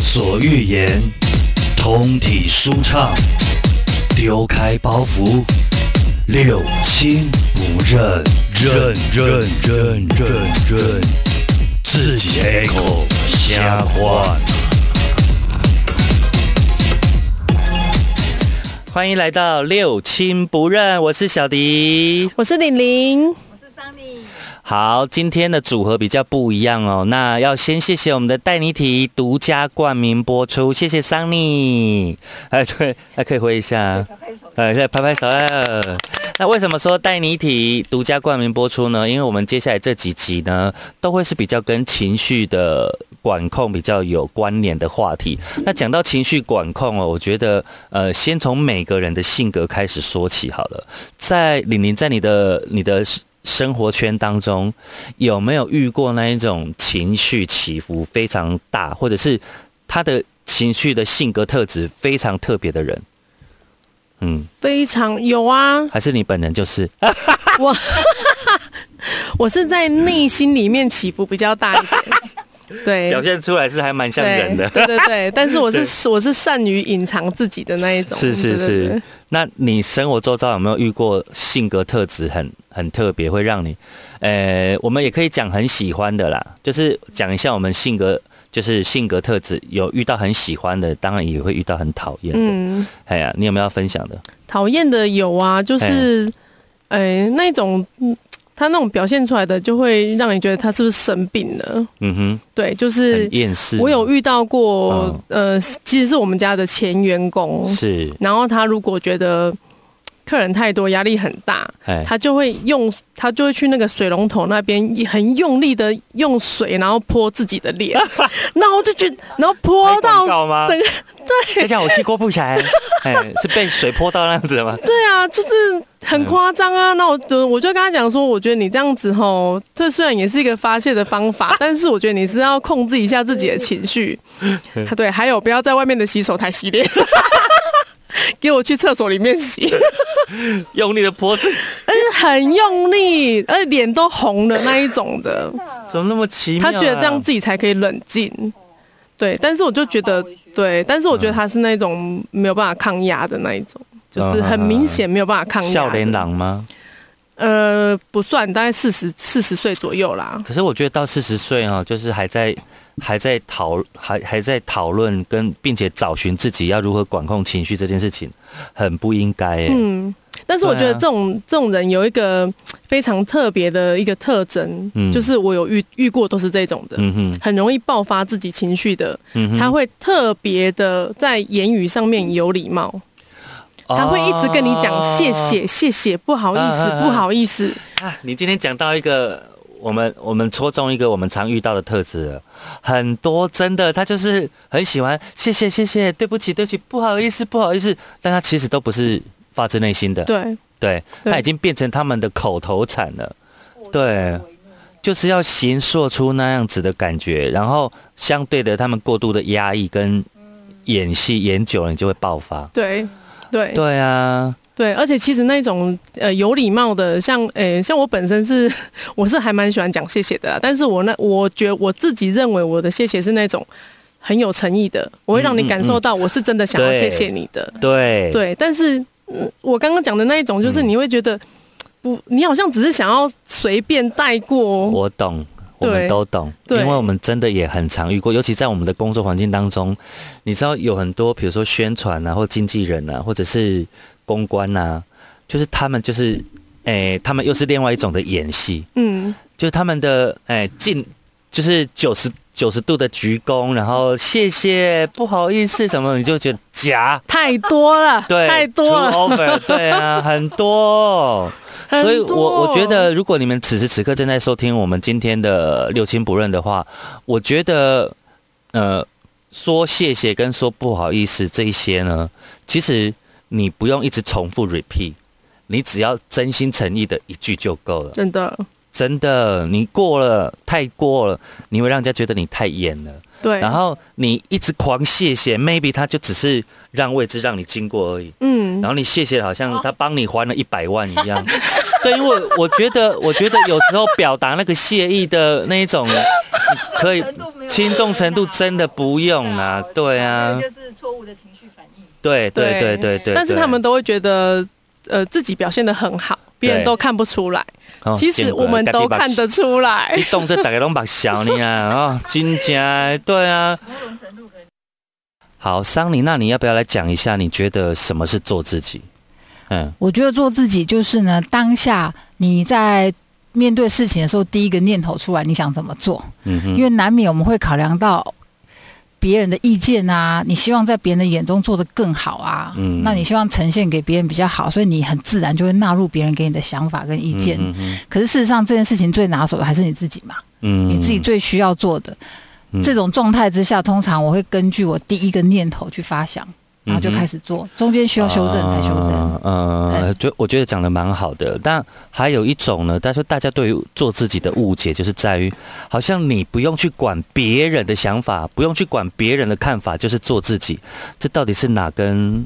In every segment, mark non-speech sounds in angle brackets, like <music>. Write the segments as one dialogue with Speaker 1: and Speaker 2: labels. Speaker 1: 所欲言，通体舒畅，丢开包袱，六亲不认，认认认认认，自己开口瞎话。
Speaker 2: 欢迎来到六亲不认，我是小迪。
Speaker 3: 我是玲玲，
Speaker 2: 好，今天的组合比较不一样哦。那要先谢谢我们的戴尼提独家冠名播出，谢谢桑尼。哎，对，还可以挥一下，哎，再拍拍手。哎那为什么说戴尼提独家冠名播出呢？因为我们接下来这几集呢，都会是比较跟情绪的管控比较有关联的话题。那讲到情绪管控哦，我觉得呃，先从每个人的性格开始说起好了。在玲玲，在你的你的生活圈当中，有没有遇过那一种情绪起伏非常大，或者是他的情绪的性格特质非常特别的人？嗯，
Speaker 3: 非常有啊，
Speaker 2: 还是你本人就是
Speaker 3: 我我是在内心里面起伏比较
Speaker 2: <laughs>
Speaker 3: 大一点，对，
Speaker 2: 表现出来是还蛮像人的。
Speaker 3: 对对对对，但
Speaker 2: <laughs>
Speaker 3: 是我是我是善于隐藏自己的那一种，
Speaker 2: 是是
Speaker 3: 对
Speaker 2: 是。
Speaker 3: 对对
Speaker 2: 那你生活周遭有没有遇过性格特质很很特别，会让你，呃，我们也可以讲很喜欢的啦，就是讲一下我们性格，就是性格特质有遇到很喜欢的，当然也会遇到很讨厌的。
Speaker 3: 嗯，
Speaker 2: 哎呀、你有没有要分享的？
Speaker 3: 讨厌的有啊，就是，哎、那种，嗯他那种表现出来的，就会让你觉得他是不是生病了？
Speaker 2: 嗯
Speaker 3: 对，就
Speaker 2: 哼，
Speaker 3: 是
Speaker 2: 很厌世。
Speaker 3: 我有遇到过，
Speaker 2: 嗯
Speaker 3: 呃，其实是我们家的前员工，
Speaker 2: 是，
Speaker 3: 然后他如果觉得客人太多，压力很大，
Speaker 2: 哎，
Speaker 3: 他就会用他就会去那个水龙头那边很用力的用水，然后泼自己的脸，然后我就觉得，然后泼
Speaker 2: 拍广
Speaker 3: 到
Speaker 2: 告吗？
Speaker 3: 整个
Speaker 2: 这样我气锅不
Speaker 3: <laughs>
Speaker 2: 起来，哎，是被水泼到那样子的吗？
Speaker 3: 对啊，就是很夸张啊。那我就我就跟他讲说，我觉得你这样子吼，这虽然也是一个发泄的方法，但是我觉得你是要控制一下自己的情绪。对，还有不要在外面的洗手台洗脸， <laughs> 给我去厕所里面洗。
Speaker 2: 用力的泼自己，
Speaker 3: 很用力，而且脸都红的那一种的，
Speaker 2: 怎么那么奇妙、
Speaker 3: 他
Speaker 2: 啊？
Speaker 3: 觉得这样自己才可以冷静。对，但是我就觉得，对，但是我觉得他是那种没有办法抗压的那一种，就是很明显没有办法抗压。
Speaker 2: 笑脸，狼吗？
Speaker 3: 呃，不算，大概四十四十岁左右啦。
Speaker 2: 可是我觉得到四十岁哈，就是还在还在讨还还在讨论跟并且找寻自己要如何管控情绪这件事情，很不应该哎、
Speaker 3: 嗯，但是我觉
Speaker 2: 对啊
Speaker 3: 得这种、这种人有一个非常特别的一个特征，
Speaker 2: 嗯
Speaker 3: 就是我有遇遇过都是这种的，
Speaker 2: 嗯哼，
Speaker 3: 很容易爆发自己情绪的，
Speaker 2: 嗯哼，
Speaker 3: 他会特别的在言语上面有礼貌。他会一直跟你讲
Speaker 2: 哦
Speaker 3: 谢谢谢谢，不好意
Speaker 2: 啊
Speaker 3: 思
Speaker 2: 啊啊
Speaker 3: 不好意思，
Speaker 2: 啊！你今天讲到一个我们我们戳中一个我们常遇到的特质了，很多真的他就是很喜欢谢谢谢谢，对不起对不起，不好意思不好意思，但他其实都不是发自内心的，
Speaker 3: 对
Speaker 2: 对，
Speaker 3: 对
Speaker 2: 他已经变成他们的口头禅了，对。就是要形塑出那样子的感觉，然后相对的，他们过度的压抑跟
Speaker 3: 嗯
Speaker 2: 演戏演久了，你就会爆发。
Speaker 3: 对对
Speaker 2: 对啊，
Speaker 3: 对，而且其实那种呃有礼貌的，像诶、像我本身是 <laughs> 我是还蛮喜欢讲谢谢的啦，但是我那我觉得我自己认为我的谢谢是那种很有诚意的，我会让
Speaker 2: 嗯嗯
Speaker 3: 你感受到我是真的想要
Speaker 2: 对
Speaker 3: 谢谢你的，
Speaker 2: 对，
Speaker 3: 嗯对，但是、嗯我刚刚讲的那一种就是
Speaker 2: 嗯
Speaker 3: 你会觉得。不，你好像只是想要随便带过，
Speaker 2: 我懂，我
Speaker 3: 对
Speaker 2: 们都懂，因
Speaker 3: 对
Speaker 2: 为我们真的也很常遇过，尤其在我们的工作环境当中，你知道有很多，比如说宣传啊，或经纪人啊，或者是公关啊，就是他们就是，诶、他们又是另外一种的演戏，
Speaker 3: 嗯，
Speaker 2: 就是他们的哎进，就是九十九十度的鞠躬，然后谢谢，不好意思什么，你就觉得假，
Speaker 3: 太多了，
Speaker 2: 对，
Speaker 3: 太多
Speaker 2: too
Speaker 3: 了，
Speaker 2: over，对
Speaker 3: <laughs>
Speaker 2: 啊，很多。
Speaker 3: 很
Speaker 2: 所以
Speaker 3: 多
Speaker 2: 我我觉得，如果你们此时此刻正在收听我们今天的六亲不认的话，我觉得，呃，说谢谢跟说不好意思这一些呢，其实你不用一直重复 repeat，你只要真心诚意的一句就够了。
Speaker 3: 真的
Speaker 2: 真的，你过了太过了，你会让人家觉得你太演了。
Speaker 3: 对，
Speaker 2: 然后你一直狂谢谢，maybe 他就只是让位置让你经过而已。
Speaker 3: 嗯
Speaker 2: 然后你谢谢，好像他帮你还了一百万一样。 <laughs> 对，因为 <laughs> 我觉得，我觉得有时候表达那个谢意的那一种，你可以
Speaker 4: 程度没没有
Speaker 2: 轻重程度真的不用啊
Speaker 4: 对
Speaker 2: 对啊
Speaker 4: 那个就是错误的情绪反应。
Speaker 2: 对对对
Speaker 3: 对
Speaker 2: 对对，
Speaker 3: 但是他们都会觉得，呃，自己表现的很好，别人
Speaker 2: 对
Speaker 3: 都看不出来。
Speaker 2: 哦
Speaker 3: 其实我们都看，得出来
Speaker 2: 你。动这大家都目小你啊啊，真假对啊。
Speaker 4: 某种程度可能
Speaker 2: 好，桑尼，那你要不要来讲一下，你觉得什么是做自己？嗯，
Speaker 5: 我觉得做自己就是呢，当下你在面对事情的时候，第一个念头出来，你想怎么做？
Speaker 2: 嗯哼，
Speaker 5: 因为难免我们会考量到别人的意见啊，你希望在别人的眼中做得更好啊，
Speaker 2: 嗯
Speaker 5: 那你希望呈现给别人比较好，所以你很自然就会纳入别人给你的想法跟意见。
Speaker 2: 嗯哼
Speaker 5: 可是事实上，这件事情最拿手的还是你自己嘛，
Speaker 2: 嗯
Speaker 5: 你自己最需要做的。
Speaker 2: 嗯
Speaker 5: 这种状态之下，通常我会根据我第一个念头去发想，然后就开
Speaker 2: 始
Speaker 5: 始做，中间需要修正才修正。
Speaker 2: 嗯、呃，就我觉得讲的蛮好的，但还有一种呢，但是大家对于做自己的误解，就是在于好像你不用去管别人的想法，不用去管别人的看法，就是做自己。这到底是哪根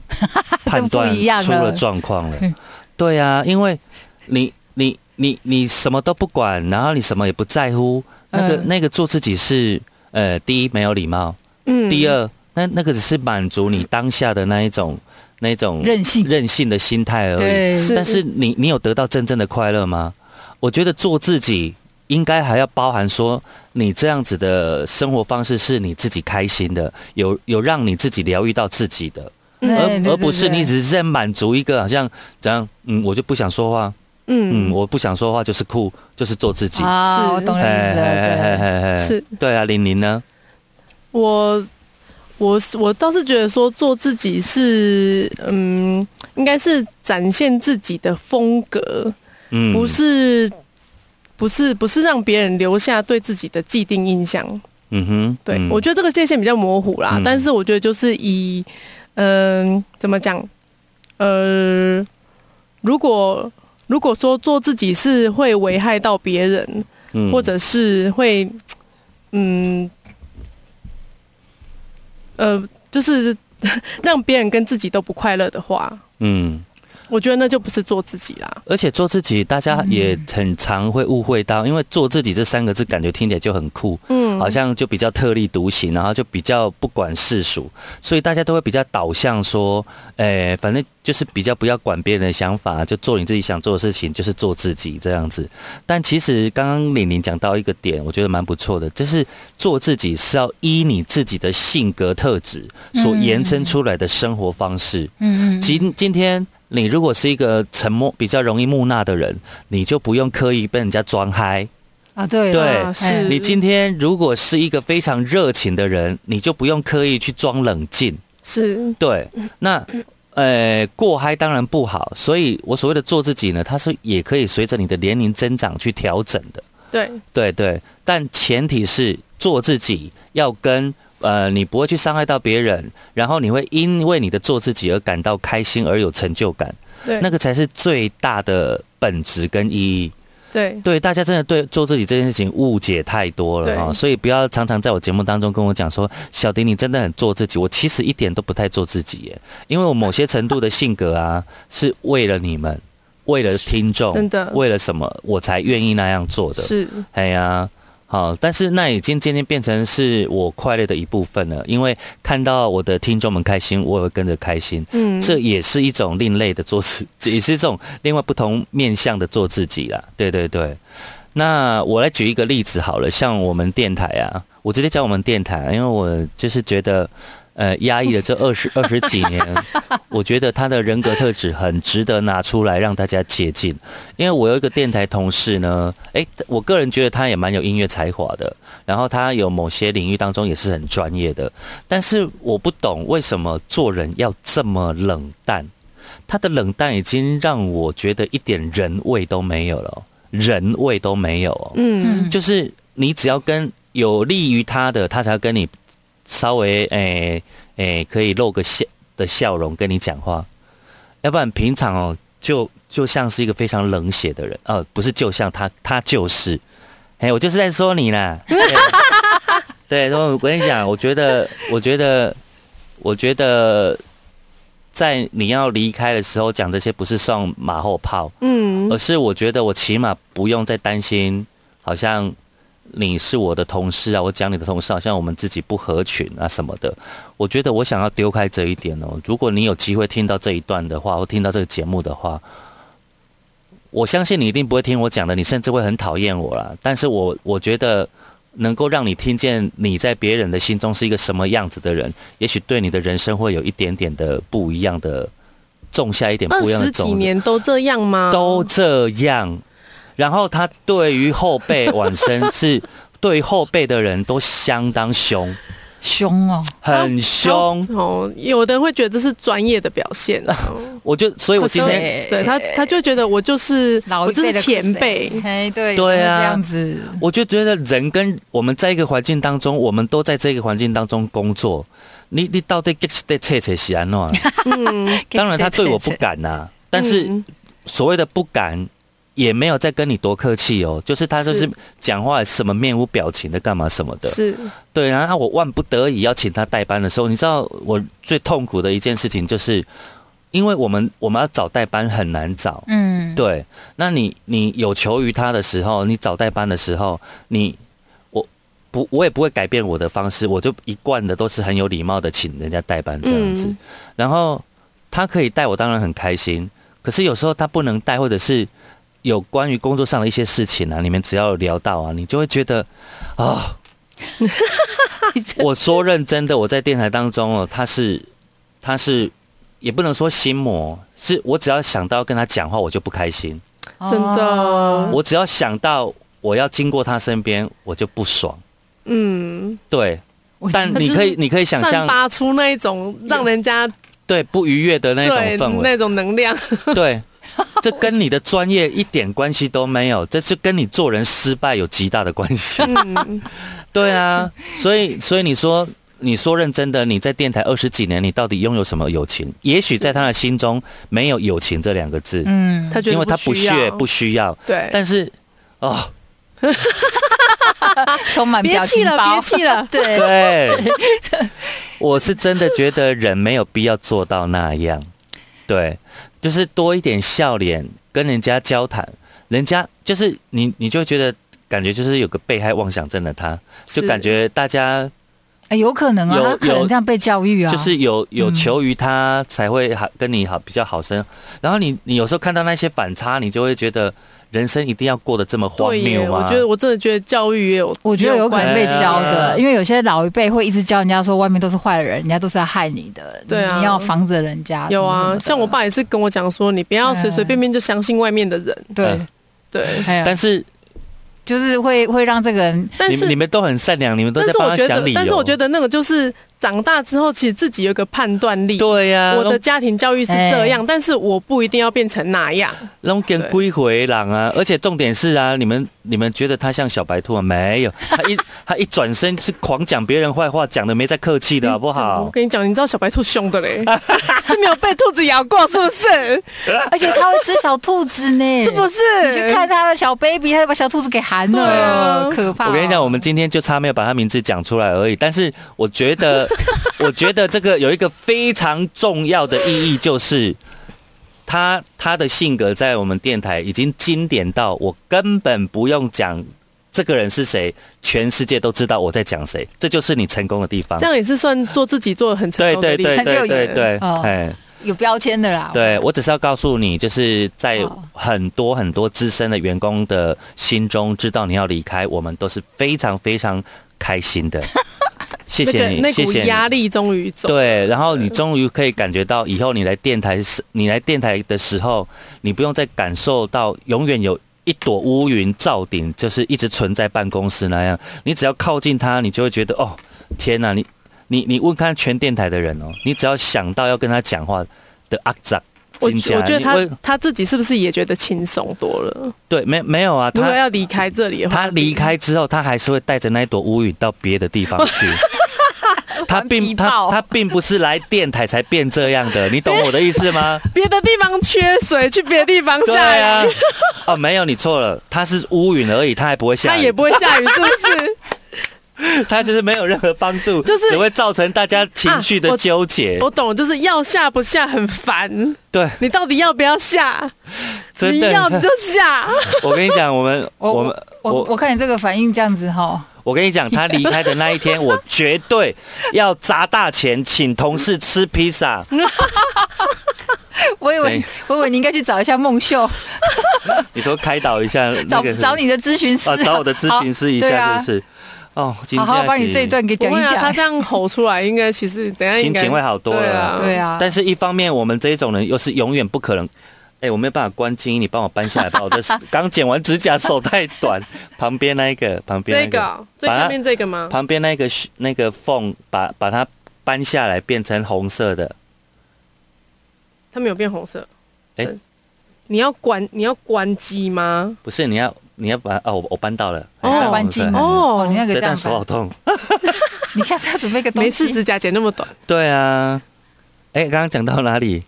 Speaker 2: 判断
Speaker 5: 都不一样了
Speaker 2: 出了状况了？ <laughs> 对啊，因为你你你你什么都不管，然后你什么也不在乎，那个、
Speaker 5: 嗯
Speaker 2: 那个做自己是呃，第一没有礼貌，
Speaker 3: 嗯
Speaker 2: 第二，那那个只是满足你当下的那一种那一种
Speaker 5: 任性
Speaker 2: 任性的心态而已。
Speaker 5: 对，
Speaker 3: 是
Speaker 2: 但是你你有得到真正的快乐吗？我觉得做自己应该还要包含说，你这样子的生活方式是你自己开心的，有有让你自己疗愈到自己的，
Speaker 3: 嗯
Speaker 5: 对
Speaker 2: 而
Speaker 5: 对对
Speaker 2: 而不是
Speaker 5: 对
Speaker 2: 你只是在满足一个好像怎样，嗯，我就不想说话，嗯，
Speaker 3: 嗯，
Speaker 2: 我不想说话就是酷，就是做自己。
Speaker 5: 啊，
Speaker 3: 是
Speaker 5: 我懂你意
Speaker 2: 哎
Speaker 5: 思了。
Speaker 2: 哎
Speaker 5: 对，
Speaker 2: 哎哎
Speaker 3: 是
Speaker 2: 对啊，玲玲呢？
Speaker 3: 我我是我倒是觉得说做自己是，嗯，应该是展现自己的风格，
Speaker 2: 嗯，
Speaker 3: 不是不是不是让别人留下对自己的既定印象。
Speaker 2: 嗯哼，
Speaker 3: 对，
Speaker 2: 嗯
Speaker 3: 我觉得这个界限比较模糊啦，
Speaker 2: 嗯
Speaker 3: 但是我觉得就是以，嗯、怎么讲，呃，如果如果说做自己是会危害到别人，
Speaker 2: 嗯
Speaker 3: 或者是会，嗯，呃，就是 <laughs> 让别人跟自己都不快乐的话，
Speaker 2: 嗯，
Speaker 3: 我觉得那就不是做自己啦。
Speaker 2: 而且做自己，大家也很常会误会到，因为做自己这三个字感觉听起来就很酷，
Speaker 3: 嗯，
Speaker 2: 好像就比较特立独行，然后就比较不管世俗，所以大家都会比较导向说，诶、反正就是比较不要管别人的想法，就做你自己想做的事情，就是做自己这样子。但其实刚刚玲玲讲到一个点，我觉得蛮不错的，就是做自己是要依你自己的性格特质所延伸出来的生活方式。
Speaker 5: 嗯嗯，
Speaker 2: 今今天你如果是一个沉默比较容易木讷的人，你就不用刻意被人家装嗨。
Speaker 5: 啊，对哎
Speaker 2: 对
Speaker 3: 啊是
Speaker 5: 嗯
Speaker 2: 你今天如果是一个非常热情的人，你就不用刻意去装冷静。
Speaker 3: 是
Speaker 2: 对，那。呃，过嗨当然不好，所以我所谓的做自己呢，它是也可以随着你的年龄增长去调整的。
Speaker 3: 对，
Speaker 2: 对对，但前提是做自己，要跟呃，你不会去伤害到别人，然后你会因为你的做自己而感到开心而有成就感，
Speaker 3: 对，
Speaker 2: 那个才是最大的本质跟意义。
Speaker 3: 对，
Speaker 2: 对，大家真的对做自己这件事情误解太多了
Speaker 3: 对
Speaker 2: 啊、哦所以不要常常在我节目当中跟我讲说，小迪你真的很做自己。我其实一点都不太做自己耶，因为我某些程度的性格啊，是为了你
Speaker 3: <laughs>
Speaker 2: 们，为了听众，
Speaker 3: 真的
Speaker 2: 为了什么我才愿意那样做的。
Speaker 3: 是
Speaker 2: 哎呀，好，但是那已经渐渐变成是我快乐的一部分了，因为看到我的听众们开心，我也会跟着开心。
Speaker 3: 嗯，
Speaker 2: 这也是一种另类的做自，这也是一种另外不同面向的做自己啦。对对对，那我来举一个例子好了，像我们电台啊，我直接讲我们电台啊，因为我就是觉得，呃，压抑了这二十二十几年，我觉得他的人格特质很值得拿出来让大家接近。因为我有一个电台同事呢，诶，我个人觉得他也蛮有音乐才华的，然后他有某些领域当中也是很专业的，但是我不懂为什么做人要这么冷淡，他的冷淡已经让我觉得一点人味都没有了哦，人味都没有哦。
Speaker 3: 嗯
Speaker 5: 嗯
Speaker 2: 就是你只要跟有利于他的，他才要跟你稍微诶诶、可以露个笑的笑容跟你讲话，要不然平常哦就就像是一个非常冷血的人，呃，不是就像他，他就是，哎、我就是在说你啦。对对，然后我跟你讲，我觉得，我觉得，我觉得，在你要离开的时候讲这些，不是送马后炮，
Speaker 3: 嗯
Speaker 2: 而是我觉得我起码不用再担心，好像你是我的同事啊，我讲你的同事好像我们自己不合群啊什么的。我觉得我想要丢开这一点哦。如果你有机会听到这一段的话，或听到这个节目的话，我相信你一定不会听我讲的，你甚至会很讨厌我啦。但是我我觉得能够让你听见你在别人的心中是一个什么样子的人，也许对你的人生会有一点点的不一样的，种下一点
Speaker 3: 二
Speaker 2: 不一样的
Speaker 3: 十几
Speaker 2: 种子。
Speaker 3: 年都这样吗？
Speaker 2: 都这样。然后他对于后辈晚生是对于后辈的人都相当凶，
Speaker 5: 凶哦，
Speaker 2: 很凶。
Speaker 3: 哦，有的会觉得这是专业的表现、啊，
Speaker 2: 我就所 <laughs> 以，我今天
Speaker 5: 对
Speaker 3: 对他他就觉得我就是
Speaker 5: 老
Speaker 3: 我
Speaker 5: 一
Speaker 3: 就
Speaker 5: 辈
Speaker 3: 是
Speaker 5: 的 <laughs>
Speaker 3: 前辈，
Speaker 5: 哎，对，
Speaker 2: 对啊
Speaker 5: 这样子，
Speaker 2: 我就觉得人跟我们在一个环境当中，我们都在这个环境当中工作。你你到底 get 得切切是安诺？
Speaker 3: 嗯，
Speaker 2: 当然他对我不敢呐、但是
Speaker 3: 嗯
Speaker 2: 所谓的不敢，也没有在跟你多客气哦，就是他就是
Speaker 3: 是
Speaker 2: 讲话什么面无表情的，干嘛什么的。
Speaker 3: 是
Speaker 2: 对，然后我万不得已要请他代班的时候，你知道我最痛苦的一件事情就是，因为我们我们要找代班很难找，
Speaker 5: 嗯，
Speaker 2: 对，那你你有求于他的时候，你找代班的时候，你我不我也不会改变我的方式，我就一贯的都是很有礼貌的请人家代班这样子，
Speaker 3: 嗯
Speaker 2: 然后他可以带我，当然很开心，可是有时候他不能带，或者是有关于工作上的一些事情啊，你们只要有聊到啊，你就会觉得啊。我说认真的，我在电台当中哦，他是他是也不能说心魔，是我只要想到跟他讲话，我就不开心；
Speaker 5: 哦
Speaker 3: 真的
Speaker 2: 我只要想到我要经过他身边，我就不爽。
Speaker 3: 嗯，
Speaker 2: 对，
Speaker 5: 我
Speaker 2: 但你可以你可以想
Speaker 3: 散
Speaker 2: 象，
Speaker 3: 发出那一种让人家
Speaker 2: 对不愉悦的那种
Speaker 3: 对
Speaker 2: 氛围，
Speaker 3: 那种能
Speaker 2: <laughs>
Speaker 3: 量，
Speaker 2: 对。这跟你的专业一点关系都没有，这是跟你做人失败有极大的关
Speaker 3: <laughs>
Speaker 2: 系。
Speaker 3: 嗯，
Speaker 2: 对啊，所以所以你说，你说认真的，你在电台二十几年，你到底拥有什么友情？也许在他的心中没有友情这两个字，
Speaker 5: 嗯，
Speaker 3: 他觉得
Speaker 2: 因为他不
Speaker 3: 需
Speaker 2: 屑
Speaker 3: 要
Speaker 2: 不需要。
Speaker 3: 对，
Speaker 2: 但是哦，
Speaker 5: 充满
Speaker 3: 别
Speaker 5: 表
Speaker 3: 气
Speaker 5: 情
Speaker 3: 了，
Speaker 5: 包，
Speaker 3: 别，气了
Speaker 5: 对，
Speaker 2: 对，我是真的觉得人没有必要做到那样，对，就是多一点笑脸跟人家交谈，人家就是你，你就会觉得感觉就是有个被害妄想症的他， <laughs> 就是感觉大家
Speaker 5: 哎有可能啊，
Speaker 2: 有
Speaker 5: 他可能
Speaker 2: 有
Speaker 5: 这样被教育啊，
Speaker 2: 就是有有
Speaker 5: 嗯
Speaker 2: 求于他才会好跟你好比较好生，然后你你有时候看到那些反差，你就会觉得人生一定要过得这么荒
Speaker 3: 对
Speaker 2: 谬啊
Speaker 3: 耶，我
Speaker 2: 吗？
Speaker 3: 觉得我真的觉得教育也有，
Speaker 5: 我觉得有可能被教
Speaker 2: 也有关
Speaker 3: 啊
Speaker 5: 的，
Speaker 2: 系啊
Speaker 5: 因为有些老一辈会一直教人家说外面都是坏人，人家都是要害你的，
Speaker 3: 对啊
Speaker 5: 你要防着人家。
Speaker 3: 有
Speaker 5: 什么什么
Speaker 3: 啊，
Speaker 5: 的
Speaker 3: 像我，爸也是跟我讲说，你不要随
Speaker 5: 嗯
Speaker 3: 随便便就相信外面的人，
Speaker 5: 对
Speaker 2: 嗯，
Speaker 3: 对，
Speaker 5: 还有
Speaker 2: 但是
Speaker 5: 就是会会让这个人，
Speaker 3: 但
Speaker 2: 你
Speaker 3: 是
Speaker 2: 们你们都很善良，你们都
Speaker 3: 但
Speaker 2: 在
Speaker 3: 是
Speaker 2: 帮
Speaker 3: 我
Speaker 2: 他
Speaker 3: 觉
Speaker 2: 想理
Speaker 3: 得
Speaker 2: 由。，
Speaker 3: 但是我觉得那个就是长大之后，其实自己有一个判断力。
Speaker 2: 对啊呀、
Speaker 3: 我的
Speaker 2: 拢
Speaker 3: 家庭教育是这
Speaker 5: 哎
Speaker 3: 样，但是我不一定要变成那样。
Speaker 2: 拢跟
Speaker 3: 对
Speaker 2: 归回狼啊，而且重点是啊，你们你们觉得他像小白兔吗？没有，他一他一转身是狂讲别人坏话，讲的没在客气的好不
Speaker 3: 我
Speaker 2: 好？
Speaker 3: 跟你讲，你知道小白兔凶的
Speaker 2: <laughs>
Speaker 3: 嘞，是没有被兔子咬过，是不是？
Speaker 5: 而且他会吃小兔子呢，
Speaker 3: <laughs> 是不是？
Speaker 5: 嗯你去看他的小 baby，他就把小兔子给含
Speaker 3: 对
Speaker 5: 了
Speaker 3: 啊，
Speaker 5: 可怕哦。
Speaker 2: 我跟你讲，我们今天就差没有把他名字讲出来而已。但是我觉得，我觉得这个有一个非常重要的意义，就是他他的性格在我们电台已经经典到我根本不用讲这个人是谁，全世界都知道我在讲谁。这就是你成功的地方
Speaker 3: 这。样也是算做自己做的很成
Speaker 2: 对
Speaker 3: 功的
Speaker 2: 对
Speaker 3: 例
Speaker 2: 对
Speaker 3: 子。
Speaker 5: 很有
Speaker 2: 对对
Speaker 5: 瘾
Speaker 2: 对，
Speaker 5: 哦
Speaker 2: 哎，
Speaker 5: 有标签的啦，
Speaker 2: 对我只是要告诉你，就是在
Speaker 5: 哦
Speaker 2: 很多很多资深的员工的心中，知道你要离开，我们都是非常非常开心的。谢
Speaker 3: <laughs> 那
Speaker 2: 谢
Speaker 3: 个
Speaker 2: 你，
Speaker 3: 那
Speaker 2: 谢
Speaker 3: 股
Speaker 2: 谢你。
Speaker 3: 压力终于走。
Speaker 2: 对，然后你终于可以感觉到，以后你来电台时，你来电台的时候，你不用再感受到永远有一朵乌云罩顶，就是一直存在办公室那样。你只要靠近它，你就会觉得哦，天哪！你你你问看全电台的人哦，你只要想到要跟他讲话的阿杂，
Speaker 3: 我
Speaker 2: 真假
Speaker 3: 我觉得
Speaker 2: 你
Speaker 3: 他
Speaker 2: 会
Speaker 3: 他自己是不是也觉得轻松多了？
Speaker 2: 对没没有啊，
Speaker 3: 如果
Speaker 2: 他
Speaker 3: 要离开这 <laughs> 里的话，
Speaker 2: 他离开之后，他还是会带着那一朵乌云到别的地方
Speaker 3: <laughs>
Speaker 2: 去。他并
Speaker 5: 皮
Speaker 2: 他
Speaker 5: 豹
Speaker 2: 他并不是来电台才变这样的，你懂我的意思
Speaker 3: <laughs>
Speaker 2: 吗？
Speaker 3: 别的地方缺水，去别的地方
Speaker 2: 对
Speaker 3: 下雨，
Speaker 2: 啊，哦，没有，你错了，它是乌云而已，它还不会下
Speaker 3: 他
Speaker 2: 雨，<laughs>
Speaker 3: 也不会下雨，是不是？
Speaker 2: 它就是没有任何帮助，
Speaker 3: 就是
Speaker 2: 只会造成大家情绪
Speaker 3: 啊
Speaker 2: 的
Speaker 3: 我
Speaker 2: 纠结。
Speaker 3: 我懂，就是要下不下很烦，
Speaker 2: 对
Speaker 3: 你到底要不要下？
Speaker 2: 真
Speaker 3: 你
Speaker 2: 的， <laughs>
Speaker 3: 要
Speaker 2: 你看
Speaker 3: 就下，
Speaker 2: 我跟你讲，我
Speaker 3: <laughs>
Speaker 2: 们
Speaker 5: 我
Speaker 2: 我们
Speaker 5: 我
Speaker 2: 我
Speaker 5: 我看你这个反应这样子哈， <laughs>
Speaker 2: 我跟你讲，他离开的那一
Speaker 3: <laughs>
Speaker 2: 天，我绝对要砸大钱请同事吃披萨。
Speaker 5: 我以为我以为你应该去找一下孟秀，
Speaker 2: 你说开导一下那
Speaker 5: 找
Speaker 2: 个
Speaker 5: 找你的咨询师
Speaker 2: 啊，，找我的咨询师一
Speaker 5: <laughs> 好对
Speaker 2: 下，
Speaker 5: 啊
Speaker 2: 是不是？哦，今
Speaker 5: 好
Speaker 2: 天
Speaker 5: 好把你这一段给讲
Speaker 3: 不会
Speaker 5: 一
Speaker 3: 啊，他
Speaker 5: 讲
Speaker 3: 这。样吼出来，应该其实等一下应
Speaker 2: 心
Speaker 3: 该
Speaker 2: 情会好多
Speaker 3: 对
Speaker 2: 了
Speaker 3: 啊
Speaker 2: 啦。
Speaker 5: 对啊，
Speaker 2: 但是，一方面我们这种人又是永远不可能，哎、我没有办法关静音，你帮我搬下来吧，我的刚剪完指甲手太
Speaker 5: <laughs>
Speaker 2: 短，旁边那一个，旁边
Speaker 3: 这
Speaker 2: 那
Speaker 3: 个
Speaker 2: 个，
Speaker 3: 哦最下面这个吗？
Speaker 2: 旁边那个是那个缝，把把它搬下来变成红色的，
Speaker 3: 它没有变红色。
Speaker 2: 哎
Speaker 3: 嗯你要关你要关机吗？
Speaker 2: 不是你要你要把哦，我我搬到了，
Speaker 3: 哦
Speaker 2: 哎这样
Speaker 5: 搬
Speaker 2: 红色
Speaker 5: 进哦，
Speaker 2: 哎
Speaker 3: 哦
Speaker 5: 你，那个
Speaker 2: 对，
Speaker 5: 这
Speaker 2: 但
Speaker 5: 样
Speaker 2: 手好
Speaker 5: 吧，
Speaker 2: 痛，
Speaker 5: <laughs> 你下次要准备个东
Speaker 3: 每
Speaker 5: 西。
Speaker 3: 次指甲剪那么短，
Speaker 2: 对啊，哎、刚刚讲到哪里？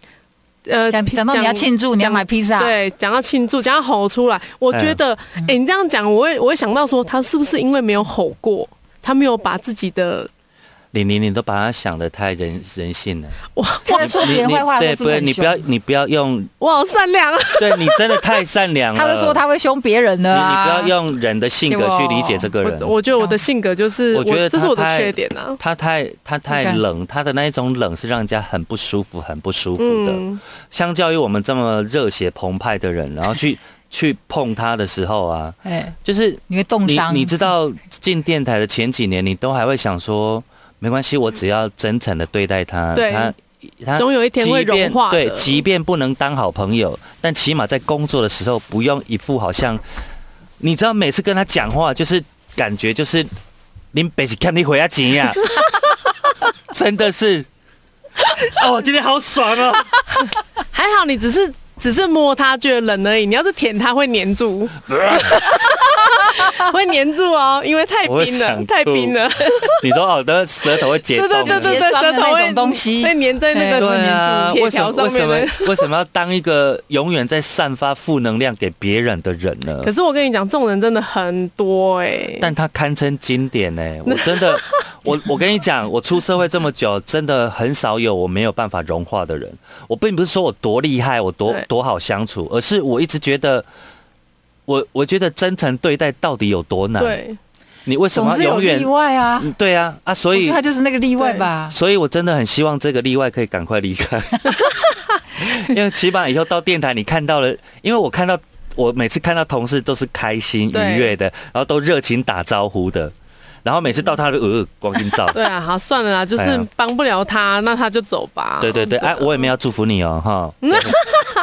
Speaker 3: 呃
Speaker 5: 讲讲到你要庆祝，啊你要买披萨，
Speaker 3: 对，讲到庆祝，讲到吼出来，我觉得，哎、你这样讲，我会我会想到说，他是不是因为没有吼过，他没有把自己的
Speaker 2: 李宁，你都把他想的太人人性了。
Speaker 5: <laughs> 他在说别人坏话，
Speaker 2: 对，
Speaker 5: 他
Speaker 2: 不
Speaker 5: 说
Speaker 2: 是你不要，你不要用，
Speaker 3: 我好善良啊，
Speaker 2: 对你真的太善良
Speaker 5: <laughs>
Speaker 2: 了。
Speaker 5: 他会说他会凶别人
Speaker 2: 你
Speaker 5: 的啊。
Speaker 2: 你不要用人的性格去理解这个人
Speaker 3: 我。我觉得我的性格就是，
Speaker 2: 我觉得
Speaker 3: 这
Speaker 2: 他
Speaker 3: 是我的
Speaker 2: 太
Speaker 3: 缺点啊。
Speaker 2: 他太他太
Speaker 5: OK
Speaker 2: 冷，他的那一种冷是让人家很不舒服、很不舒服的。
Speaker 3: 嗯，
Speaker 2: 相较于我们这么热血澎湃的人，然后
Speaker 5: <laughs>
Speaker 2: 去去碰他的时候啊，
Speaker 5: 哎，
Speaker 2: 就是
Speaker 5: 你会冻
Speaker 2: 你
Speaker 5: 伤。嗯
Speaker 2: 你知道进电台的前几年，你都还会想说，没关系，我只要真诚的对待他，
Speaker 3: 对
Speaker 2: 他他
Speaker 3: 总有一天会
Speaker 2: 即便
Speaker 3: 融化的
Speaker 2: 对，即便不能当好朋友，但起码在工作的时候不用一副好像，你知道每次跟他讲话就是感觉就是，林北是看你回家钱
Speaker 3: <laughs>
Speaker 2: 呀，真的是，哦，今天好爽哦，
Speaker 3: 还好你只是只是摸它觉得冷而已，你要是舔它会
Speaker 2: <laughs>
Speaker 3: 粘住，会粘住哦，因为太
Speaker 2: 我会
Speaker 3: 冰
Speaker 2: 想
Speaker 3: 了，太
Speaker 2: 吐
Speaker 3: 冰了，
Speaker 2: 你说哦，的舌头会解
Speaker 3: 对
Speaker 2: 冻，啊
Speaker 3: 对对对
Speaker 5: 结
Speaker 3: 对，
Speaker 5: 霜的
Speaker 3: 舌头
Speaker 5: 那
Speaker 3: 会
Speaker 5: 种东西
Speaker 3: 会粘在那
Speaker 5: 对
Speaker 3: 个
Speaker 2: 对啊，
Speaker 3: 铁
Speaker 2: 为什
Speaker 3: 条
Speaker 2: 么
Speaker 3: 上
Speaker 2: 为
Speaker 3: 面
Speaker 2: 什
Speaker 3: 的。
Speaker 2: 么为什么要当一个永远在散发负能量给别人的人呢
Speaker 3: 可？是我跟你讲，这种人真的很多哎、
Speaker 2: 但他堪称经
Speaker 5: <laughs>
Speaker 2: 典呢、我真的，我我跟你讲，我出社会这么久，真的很少有我没有办法融化的人。我并不是说我多厉害，我多
Speaker 3: 对
Speaker 2: 多好相处，而是我一直觉得，我我觉得真诚对待到底有多难？
Speaker 3: 对，
Speaker 2: 你为什
Speaker 5: 总
Speaker 2: 么
Speaker 5: 是
Speaker 2: 要
Speaker 5: 有
Speaker 2: 永
Speaker 5: 例
Speaker 2: 远？
Speaker 5: 外啊。
Speaker 2: 嗯对啊啊，所
Speaker 5: 我觉
Speaker 2: 以
Speaker 5: 得他就是那个例外吧。
Speaker 2: 所以，我真的很希望这个例外可以赶快离开， <laughs> 因为起码以后到电台，你看到了，因为我看到我每次看到同事都是开心
Speaker 3: 对
Speaker 2: 愉悦的，然后都热情打招呼的，然后每次到他的
Speaker 5: 嗯
Speaker 2: 呃光阴照，
Speaker 3: 对啊，好算了啦，就
Speaker 2: 哎
Speaker 3: 是
Speaker 2: 呀
Speaker 3: 帮不了他，那他就走吧。
Speaker 2: 对对对，哎、我也没有祝福你哦，哈。 <laughs>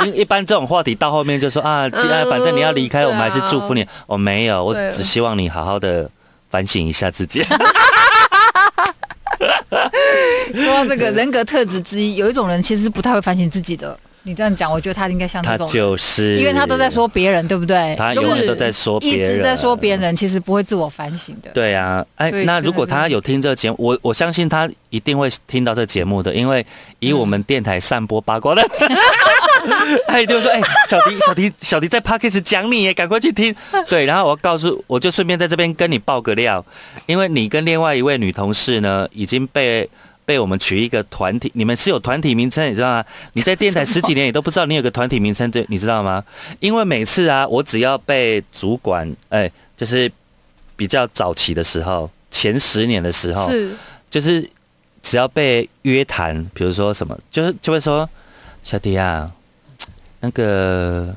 Speaker 2: 因为一般这种话题到后面就说啊，既啊，反正你要离开，
Speaker 5: 呃
Speaker 3: 嗯
Speaker 2: 我们还是祝福
Speaker 5: 啊
Speaker 2: 你。我、没有，我
Speaker 3: 对
Speaker 2: 只希望你好好的反省一下自己。
Speaker 5: 说到这个人格特质之一，有一种人其实不太会反省自己的。你这样讲，我觉得他应该像这
Speaker 2: 他
Speaker 5: 种人，
Speaker 2: 就是，
Speaker 5: 因为他都在，说别人，对不对？
Speaker 2: 他
Speaker 5: 如
Speaker 2: 永
Speaker 5: 果
Speaker 2: 远都在说别
Speaker 5: 一
Speaker 2: 人，
Speaker 5: 直在说别人，其实不会自我反省的。
Speaker 2: 对啊，哎
Speaker 5: 所，以
Speaker 2: 那
Speaker 5: 真的
Speaker 2: 如果他
Speaker 5: 是
Speaker 2: 有听这个节目，我我相信他一定会听到这节目的，因为以
Speaker 5: 嗯
Speaker 2: 我们电台散播八
Speaker 5: <laughs>
Speaker 2: 卦的，他一定会说，哎，小迪，小迪，小迪在 p o d c a s t 讲你耶，赶快去听。对，然后我要告诉，我就顺便在这边跟你爆个料，因为你跟另外一位女同事呢，已经被。被我们取一个团体，你们是有团体名称，你知道吗？你在
Speaker 3: <laughs>
Speaker 2: 电台十几年，也都不知道你有个团体名称，这你知道吗？因为每次啊，我只要被主管，哎、就是比较早期的时候，前十年的时候，
Speaker 3: 是
Speaker 2: 就是只要被约谈，比如说什么，就是就会说小迪啊，那个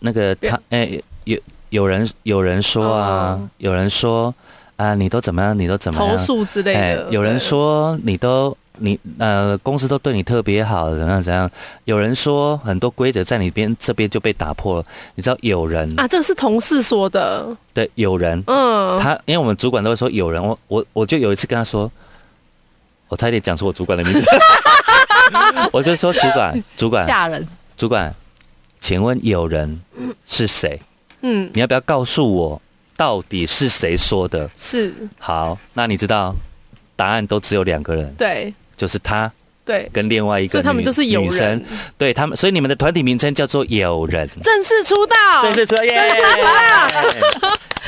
Speaker 2: 那个他哎、有有人有人说啊，
Speaker 3: 哦
Speaker 2: 有人说啊，你都怎么样，你都怎么
Speaker 3: 投
Speaker 2: 样，
Speaker 3: 诉之类的。
Speaker 2: 哎有人
Speaker 3: 对
Speaker 2: 说你都你呃公司都对你特别好，怎么样怎么样？有人说很多规则在你边这边就被打破了，你知道有人、
Speaker 3: 啊，这个是同事说的，
Speaker 2: 对有人，
Speaker 3: 嗯，
Speaker 2: 他因为我们主管都会说有人，我我我就有一次跟他说，我差一点讲出我主管的名
Speaker 3: <laughs>
Speaker 2: 字，我就说主管主管
Speaker 5: 吓人，
Speaker 2: 主管，请问有人是谁？
Speaker 3: 嗯
Speaker 2: 你要不要告诉我到底是谁说的？
Speaker 3: 是，
Speaker 2: 好，那你知道答案都只有两个人，
Speaker 3: 对
Speaker 2: 就是他。
Speaker 3: 对，
Speaker 2: 跟另外一个
Speaker 3: 所以他们
Speaker 2: 女
Speaker 3: 就是友
Speaker 2: 女生
Speaker 3: 人，
Speaker 2: 对他们，所以你们的团体名称叫做友人，
Speaker 3: 正式出道，
Speaker 2: 正式出来耶！
Speaker 3: 啊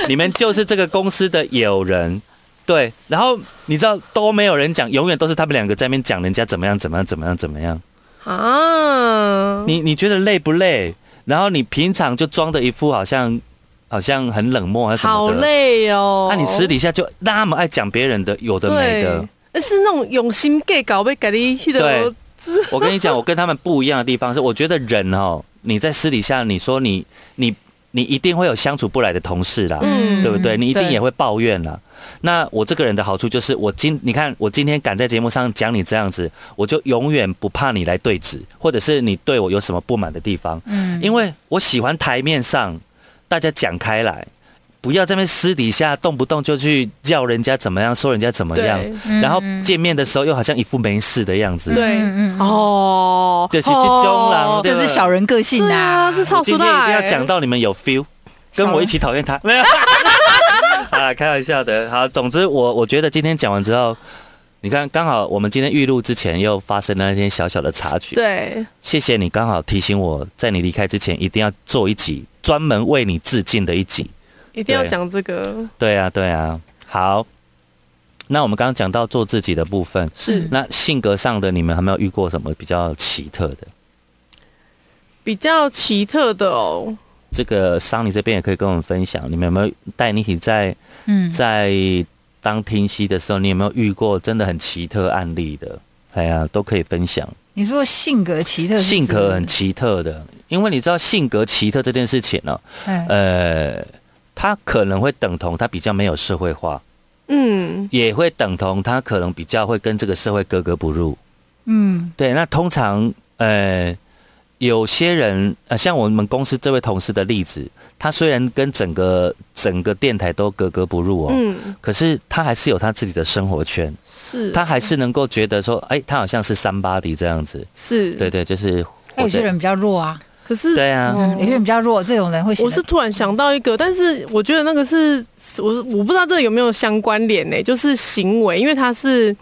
Speaker 2: 你们就是这个公司的友人，对。然后你知道都没有人讲，永远都是他们两个在那边讲人家怎么样怎么样怎么样怎么样，
Speaker 3: 啊，
Speaker 2: 你你觉得累不累？然后你平常就装的一副好像好像很冷漠还是什么
Speaker 3: 好
Speaker 2: 的，
Speaker 3: 累哦。
Speaker 2: 那、你私底下就那么爱讲别人的有的没的
Speaker 3: 对。，呃是那种用心 gay 搞被给你那
Speaker 2: 对
Speaker 3: 个，
Speaker 2: 我跟你讲，我跟他们不一样的地方是，我觉得人哦，你在私底下你说你你你一定会有相处不来的同事啦，
Speaker 3: 嗯
Speaker 2: 对不对？你一定也
Speaker 5: 会。
Speaker 2: 会抱怨啦。那我这个人的好处就是，我今你看我今天敢在节目上讲你这样子，我就永远不怕你来对质，或者是你对我有什么不满的地方。
Speaker 5: 嗯
Speaker 2: 因为我喜欢台面上大家讲开来，不要在那边私底下动不动就去叫人家怎么样，说人家怎么样，
Speaker 3: 对
Speaker 5: 嗯
Speaker 2: 然后
Speaker 5: 嗯
Speaker 2: 见面的时候又好像一副没事的样子。
Speaker 3: 对
Speaker 5: 嗯嗯嗯
Speaker 3: 哦，
Speaker 2: 就是这种人
Speaker 3: 哦
Speaker 2: 对
Speaker 5: 这是小人个性
Speaker 3: 对
Speaker 5: 呐、
Speaker 3: 啊，这超
Speaker 2: 我今
Speaker 3: 出
Speaker 2: 天一定
Speaker 3: 来。
Speaker 2: 要讲到你们有 feel，跟我一起讨厌
Speaker 3: <laughs>
Speaker 2: 他。没有， <laughs> 好啦，开玩笑的。好，总之我我觉得今天讲完之后。你看，刚好我们今天预录之前又发生了那些小小的插曲。
Speaker 3: 对，
Speaker 2: 谢谢你刚好提醒我，在你离开之前一定要做一集专门为你致敬的一集。
Speaker 3: 一定要
Speaker 2: 对
Speaker 3: 讲这个
Speaker 2: 对啊，对啊。好，那我们刚刚讲到做自己的部分，
Speaker 3: 是
Speaker 2: 那性格上的你们还没有遇过什么比较奇特的？
Speaker 3: 比较奇特的哦。
Speaker 2: 这个桑尼这边也可以跟我们分享，你们有没有带你一起在
Speaker 5: 嗯，
Speaker 2: 在当听析的时候，你有没有遇过真的很奇特案例的？哎呀，都可以分享。
Speaker 5: 你说性格奇特是指，
Speaker 2: 性格很奇特的，因为你知道性格奇特这件事情呢、
Speaker 5: 哎，
Speaker 2: 呃，它可能会等同他比较没有社会化，
Speaker 3: 嗯，
Speaker 2: 也会等同他可能比较会跟这个社会格格不入。
Speaker 5: 嗯
Speaker 2: 对，那通常呃，有些人呃，像我们公司这位同事的例子，他虽然跟整个整个电台都格格不入哦，
Speaker 3: 嗯，
Speaker 2: 可是他还是有他自己的生活圈，
Speaker 3: 是，
Speaker 2: 他还是能够觉得说，哎、他好像是三八迪这样子，
Speaker 3: 是，
Speaker 2: 对。对，就是
Speaker 5: 那
Speaker 2: 活
Speaker 5: 有些
Speaker 2: 着。
Speaker 5: 人比较弱啊，
Speaker 3: 可是，
Speaker 2: 对啊
Speaker 5: 嗯，
Speaker 3: 哦
Speaker 5: 有些人比较弱，这种人会显
Speaker 3: 我
Speaker 5: 得哦
Speaker 3: 是突然想到一个，但是我觉得那个是我我不知道这有没有相关联呢、就是行为，因为他是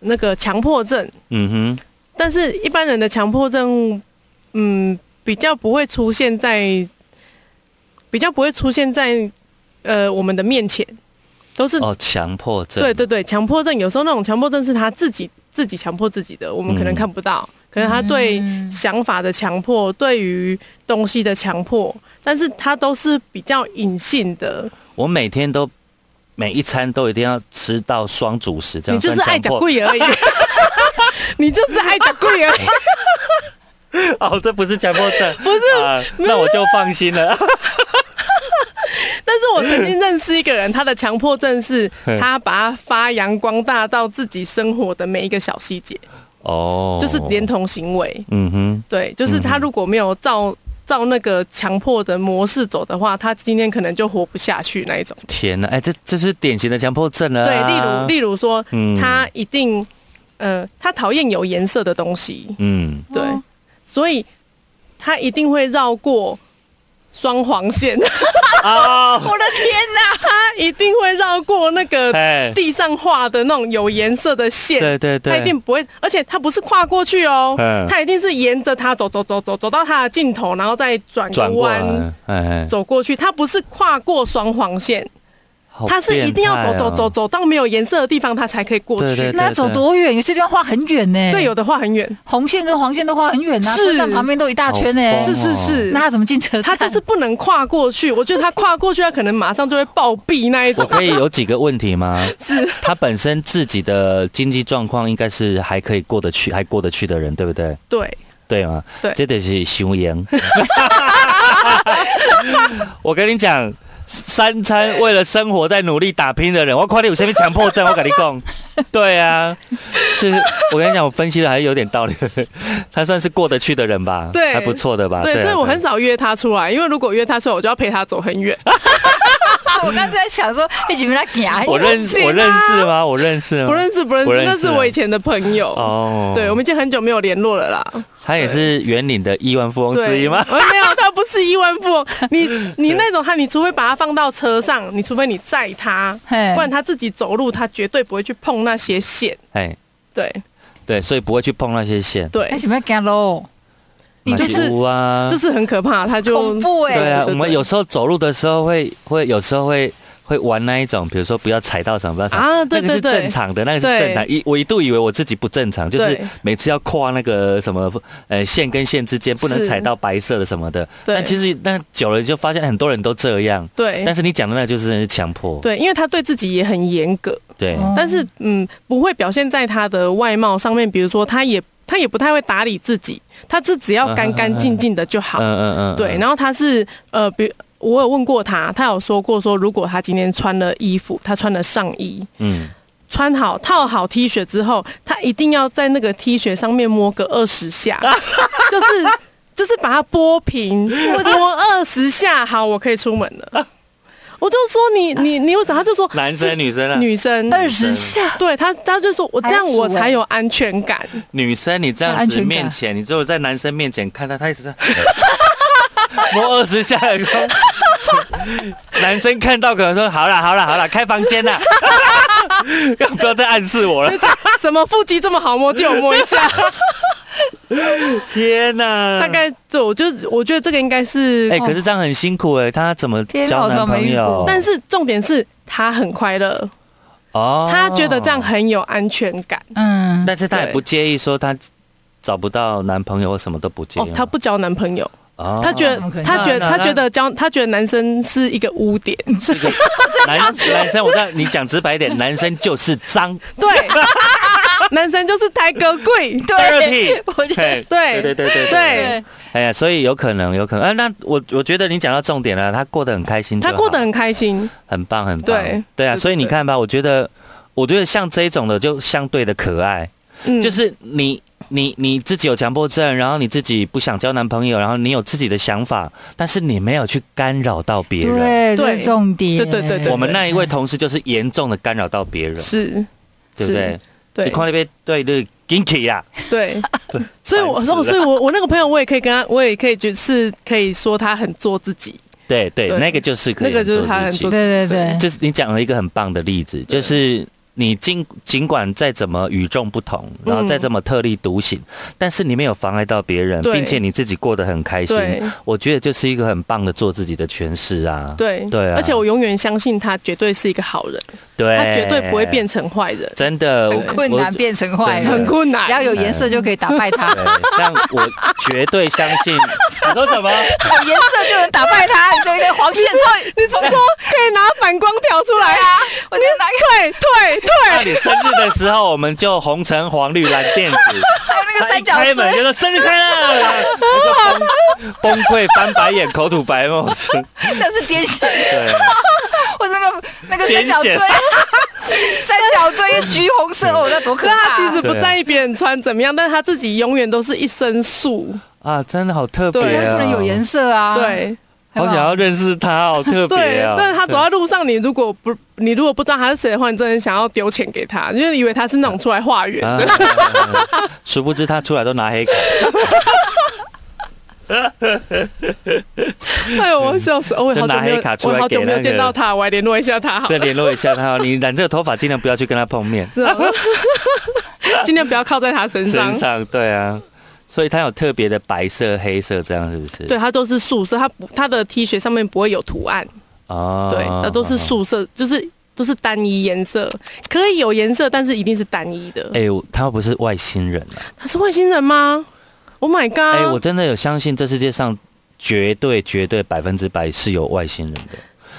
Speaker 3: 那个强迫症，
Speaker 2: 嗯哼，
Speaker 3: 但是一般人的强迫症，嗯，比较不会出现在，比较不会出现在呃我们的面前，都是、
Speaker 2: 哦，强迫症，
Speaker 3: 对对对，强迫症有时候那种强迫症是他自己自己强迫自己的，我们可能
Speaker 2: 嗯
Speaker 3: 看不到，可能他对
Speaker 5: 嗯
Speaker 3: 想法的强迫，对于东西的强迫，但是他都是比较隐性的，
Speaker 2: 我每天都每一餐都一定要吃到双主食，这
Speaker 3: 你
Speaker 2: 样
Speaker 3: 就是
Speaker 2: 算
Speaker 3: 爱
Speaker 2: 强
Speaker 3: 讲
Speaker 2: 迫
Speaker 3: 贵
Speaker 2: <laughs>
Speaker 3: 而已。你就是爱讲贵而已，
Speaker 2: <laughs> 哦，这不是强迫
Speaker 3: <laughs>
Speaker 2: 症，不
Speaker 3: 是
Speaker 2: 啊，那我就放心
Speaker 3: <laughs>
Speaker 2: 了。
Speaker 3: 但是我曾经认识一个人，他的强迫症是
Speaker 2: 嘿
Speaker 3: 他把它发扬光大到自己生活的每一个小细节，
Speaker 2: 哦，
Speaker 3: 就是连，同行为。
Speaker 2: 嗯哼，
Speaker 3: 对，就是他如果没有照照那个强迫的模式走的话，他今天可能就活不下去那一种。
Speaker 2: 天哪，哎，这这是典型的强迫症了、啊
Speaker 3: 对，例如例如说，
Speaker 2: 嗯
Speaker 3: 他一定呃，他讨厌有颜色的东西， <laughs>
Speaker 2: 嗯，
Speaker 3: 对，所以他一定会绕过双黄线， <laughs>
Speaker 2: 哦，
Speaker 5: 我的天哪，
Speaker 3: 他一定会绕过那个
Speaker 2: 哎，
Speaker 3: 地上画的那种有颜色的线。
Speaker 2: 对对对，
Speaker 3: 他一定不会，而且他不是跨过去哦
Speaker 2: 嗯，
Speaker 3: 他一定是沿着它走走走走走到它的尽头，然后再转个
Speaker 2: 转过来
Speaker 3: 弯，
Speaker 2: 哎哎，
Speaker 3: 走过去。他不是跨过双黄线，
Speaker 2: 好
Speaker 3: 他是一定要走
Speaker 2: 变态
Speaker 3: 走
Speaker 2: 哦
Speaker 3: 走，走到没有颜色的地方，他才可以过
Speaker 2: 对对
Speaker 3: 去。
Speaker 2: 对
Speaker 5: 那走多远？有些地方画很远呢、
Speaker 3: 对，有的画很远，
Speaker 5: 红线跟黄线都画很远呐、啊，
Speaker 3: 是
Speaker 5: 车站旁边都一大圈呢、
Speaker 2: 好疯啊
Speaker 3: 是是是
Speaker 5: 那，他怎么进车站？
Speaker 3: 他就是不能跨过去。我觉得他跨过去，他可能马上就会暴毙那一
Speaker 2: 我
Speaker 3: 种。
Speaker 2: 可以有几个问题
Speaker 3: <laughs>
Speaker 2: 吗？是，他本身自己的经济状况应该是还可以过得去，还过得去的人，对不对？
Speaker 3: 对，
Speaker 2: 对吗？
Speaker 3: 对
Speaker 2: 这得是修养。 <laughs> 我跟你讲，三餐为了生活在努力打拼的人，我快点有下面强迫症，我跟你讲，对啊，是我跟你讲，我分析的还是有点道理， <laughs> 他算是过得去的人吧，
Speaker 3: 对
Speaker 2: 还不错的吧，
Speaker 3: 对，
Speaker 2: 啊
Speaker 3: 所以我很少约他出来，因为如果约他出来，我就要陪他走很远。
Speaker 5: 啊， <laughs> 我刚才在想说，哎一起被他夹，
Speaker 2: 我认
Speaker 3: 不行
Speaker 2: 识
Speaker 3: 啊
Speaker 2: 我认识吗？我认识吗？
Speaker 3: 不认识，不认
Speaker 2: 不
Speaker 3: 识，
Speaker 2: 认识啊
Speaker 3: 那是我以前的朋友。
Speaker 2: 哦，
Speaker 3: 对，我们已经很久没有联络了啦。
Speaker 2: 他也是园林的亿万富翁之
Speaker 3: 对
Speaker 2: 一吗？
Speaker 3: 呃没有，他不是亿万富翁。你你那种他，你除非把他放到车上，你除非你载他，
Speaker 5: 嘿
Speaker 3: 不然他自己走路，他绝对不会去碰那些线。
Speaker 2: <laughs> 哎，
Speaker 3: 对
Speaker 2: 对，所以不会去碰那些线，
Speaker 3: 对
Speaker 5: 一，起被夹啊喽，你
Speaker 3: 就
Speaker 5: 就是是
Speaker 2: 屋啊，
Speaker 3: 就是很可怕，他就
Speaker 5: 恐怖哎、
Speaker 2: 对啊，
Speaker 3: 对对
Speaker 2: 我们
Speaker 3: 对
Speaker 2: 有时候走路的时候会会有时候会会玩那一种，比如说不要踩到什么，不要踩到
Speaker 3: 啊，对
Speaker 2: 那个
Speaker 3: 对
Speaker 2: 是
Speaker 3: 对
Speaker 2: 正，常的，那个是
Speaker 3: 对
Speaker 2: 正常。一我一度以为我自己不正常，就是
Speaker 3: 对
Speaker 2: 每次要跨那个什么呃线跟线之间不能
Speaker 3: 是
Speaker 2: 踩到白色的什么的。
Speaker 3: 对
Speaker 2: 但其实那久了就发现很多人都这样。
Speaker 3: 对
Speaker 2: 但是你讲的那个就是真的是强迫，
Speaker 3: 对，因为他对自己也很严格，
Speaker 2: 对
Speaker 5: 哦
Speaker 3: 但是嗯，不会表现在他的外貌上面，比如说他也他也不太会打理自己，他是只要干干净净的就好
Speaker 2: 嗯。嗯嗯，嗯
Speaker 3: 对，然后他是呃，比我有问过他，他有说过说，如果他今天穿了衣服，他穿了上衣，
Speaker 2: 嗯，
Speaker 3: 穿好套好 T 恤之后，他一定要在那个 T 恤上面摸个二十下，就是就是把它剥平，摸二十下，好，我可以出门了。我就说你你你为啥？他就说
Speaker 2: 男生女生啊，
Speaker 3: 女生
Speaker 5: 二十下，
Speaker 3: 对他他就说我这
Speaker 5: 还要
Speaker 3: 样我
Speaker 5: 数欸
Speaker 3: 才有安全感。
Speaker 2: 女生你这样
Speaker 5: 安
Speaker 2: 子
Speaker 5: 全感
Speaker 2: 面前，你只有在男生面前看他，他一直在 <laughs> 摸二十下，男生看到可能说好啦好啦好啦，开房间啦， <laughs> 要不要再暗示我了？
Speaker 3: 什么腹肌这么好摸，借我摸一
Speaker 2: <laughs>
Speaker 3: 下。
Speaker 2: 天哪，
Speaker 3: 大概对，我就我觉得这个应该是
Speaker 2: 哎、可是这样很辛苦哎、他怎么
Speaker 5: 天哪
Speaker 2: 交
Speaker 5: 我
Speaker 2: 男
Speaker 5: 怎么没
Speaker 2: 朋
Speaker 5: 遇
Speaker 2: 友
Speaker 5: 过？
Speaker 3: 但是重点是他很快乐，
Speaker 2: 哦
Speaker 3: 他觉得这样，很有安全感。
Speaker 5: 嗯，
Speaker 2: 但是他也
Speaker 3: 对
Speaker 2: 不介意说他找不到男朋友或什么都不介意
Speaker 3: 哦
Speaker 2: 吗、，
Speaker 3: 他不交男朋友，
Speaker 2: 哦，
Speaker 3: 他觉得
Speaker 5: 怎么可能
Speaker 3: 他觉
Speaker 2: 那
Speaker 3: 得
Speaker 2: 那嗯
Speaker 3: 他觉得交他觉得男生是一个污点，
Speaker 2: 这个男男生，我让你讲直白一点，男生就是脏
Speaker 3: <laughs> 对，男生就是抬格贵，
Speaker 2: 嗯 dirty，
Speaker 5: 对，我觉得
Speaker 2: 嘿
Speaker 3: <laughs> 对
Speaker 2: 对对对对
Speaker 3: 对，
Speaker 2: 哎呀，所以有可能，有可能。啊，那我我觉得你讲到重点了，他过得很开心就
Speaker 3: 他
Speaker 2: 好，
Speaker 3: 过得很开心，
Speaker 2: 很棒，很棒。
Speaker 3: 对
Speaker 2: 对啊，
Speaker 3: 对
Speaker 2: 所以你看吧，我觉得，我觉得像这种的就相对的可爱，
Speaker 3: 嗯，
Speaker 2: 就是你。你你自己有强迫症，然后你自己不想交男朋友，然后你有自己的想法，但是你没有去干扰到别人。
Speaker 5: 对，这
Speaker 3: 对
Speaker 5: 是重点，
Speaker 3: 对对对对
Speaker 2: 我们那一位同事就是严重的干扰到别人，
Speaker 3: 是，
Speaker 2: 对不对？你
Speaker 3: 对
Speaker 2: 看那啊边对对 g i n k y 呀，
Speaker 3: 对，所以我
Speaker 2: 烦死
Speaker 3: 说，
Speaker 2: 了
Speaker 3: 所以我我那个朋友，我也可以跟他，我也可以觉得是可以说他很做自己，
Speaker 2: 对对，
Speaker 3: 对
Speaker 2: 那个就是可以
Speaker 3: 那个就是
Speaker 2: 很做
Speaker 3: 他
Speaker 2: 自
Speaker 3: 很
Speaker 2: 己
Speaker 3: 做
Speaker 5: 对对对，
Speaker 2: 就是你讲了一个很棒的例子，就是你尽尽管再怎么与众不同，
Speaker 3: 嗯
Speaker 2: 然后再怎么特立独行，但是你没有妨碍到别人，
Speaker 3: 对
Speaker 2: 并且你自己过得很开心
Speaker 3: 对，
Speaker 2: 我觉得就是一个很棒的做自己的诠释啊。
Speaker 3: 对
Speaker 2: 对啊
Speaker 3: 而且我永远相信他绝对是一个好人，
Speaker 2: 对，
Speaker 3: 他绝对不会变成坏人，
Speaker 2: 真的
Speaker 5: 很困难。变成坏
Speaker 2: 真
Speaker 5: 人
Speaker 3: 很，困难，
Speaker 5: 只要有颜色就可以打败他
Speaker 2: 我，对，像我绝对相
Speaker 3: <laughs>
Speaker 2: 信，你说什么？
Speaker 5: 有颜色就能打败他，你就一个黄线退，
Speaker 3: 你是说可以拿反光条出来
Speaker 5: 对？啊，我就拿个
Speaker 3: 退退
Speaker 2: 那
Speaker 3: 退！
Speaker 2: 你生日的时候，我们就红橙黄绿蓝靛紫，
Speaker 5: 还有那个
Speaker 2: 他一
Speaker 5: 三角
Speaker 2: 开门就
Speaker 5: 锥，
Speaker 2: 说生日快乐，那个崩崩溃翻白眼，口吐白沫，
Speaker 5: 那是癫痫。
Speaker 2: 对。啊
Speaker 5: 我那个那个
Speaker 2: 癫
Speaker 5: 三角锥
Speaker 2: 痫，
Speaker 5: 三角锥橘红色，哦，那多可
Speaker 3: 可是他
Speaker 5: 怕！
Speaker 3: 啊其实不在意别人穿怎么样，但他自己永远都是一身素。
Speaker 2: 啊，真的好特别
Speaker 3: 对
Speaker 5: 不
Speaker 2: 啊！
Speaker 5: 能有颜色啊，，
Speaker 3: 对
Speaker 2: 好想要认识他，好特
Speaker 3: 对
Speaker 2: 别，啊！
Speaker 3: 但是他走在路上，你如果不你如果不知道他是谁的话，你真的很想要丢钱给他，因为你以为他是那种出来化缘。
Speaker 2: 啊， <laughs> 殊不知他出来都拿黑卡。
Speaker 3: 哎呦，我笑死！哦，我
Speaker 2: 就
Speaker 3: 好久
Speaker 2: 拿
Speaker 3: 没有
Speaker 2: 黑卡，出
Speaker 3: 我
Speaker 2: 来
Speaker 3: 好
Speaker 2: 给
Speaker 3: 久没有
Speaker 2: 那
Speaker 3: 见
Speaker 2: 个
Speaker 3: 到他，我来联络一下他好了。
Speaker 2: 再联络一下他，你染这个头发，尽量不要去跟他碰面。
Speaker 3: 是 <laughs> 哦尽量不要靠在他身上
Speaker 2: 身。上对啊，所以他有特别的白色、黑色这样，是不是？
Speaker 3: 对，它都是素色，它不它的 T 恤上面不会有图案，
Speaker 2: 哦
Speaker 3: 对，它都是。素色，
Speaker 2: 啊
Speaker 3: 就是都是单一颜色，可以有颜色，但是一定是单一的。
Speaker 2: 哎、我他不是外星人啊！
Speaker 3: 他是外星人吗？Oh my
Speaker 2: 哎、
Speaker 3: god！
Speaker 2: 我真的有相信这世界上绝对、绝对百分之百是有外星人的，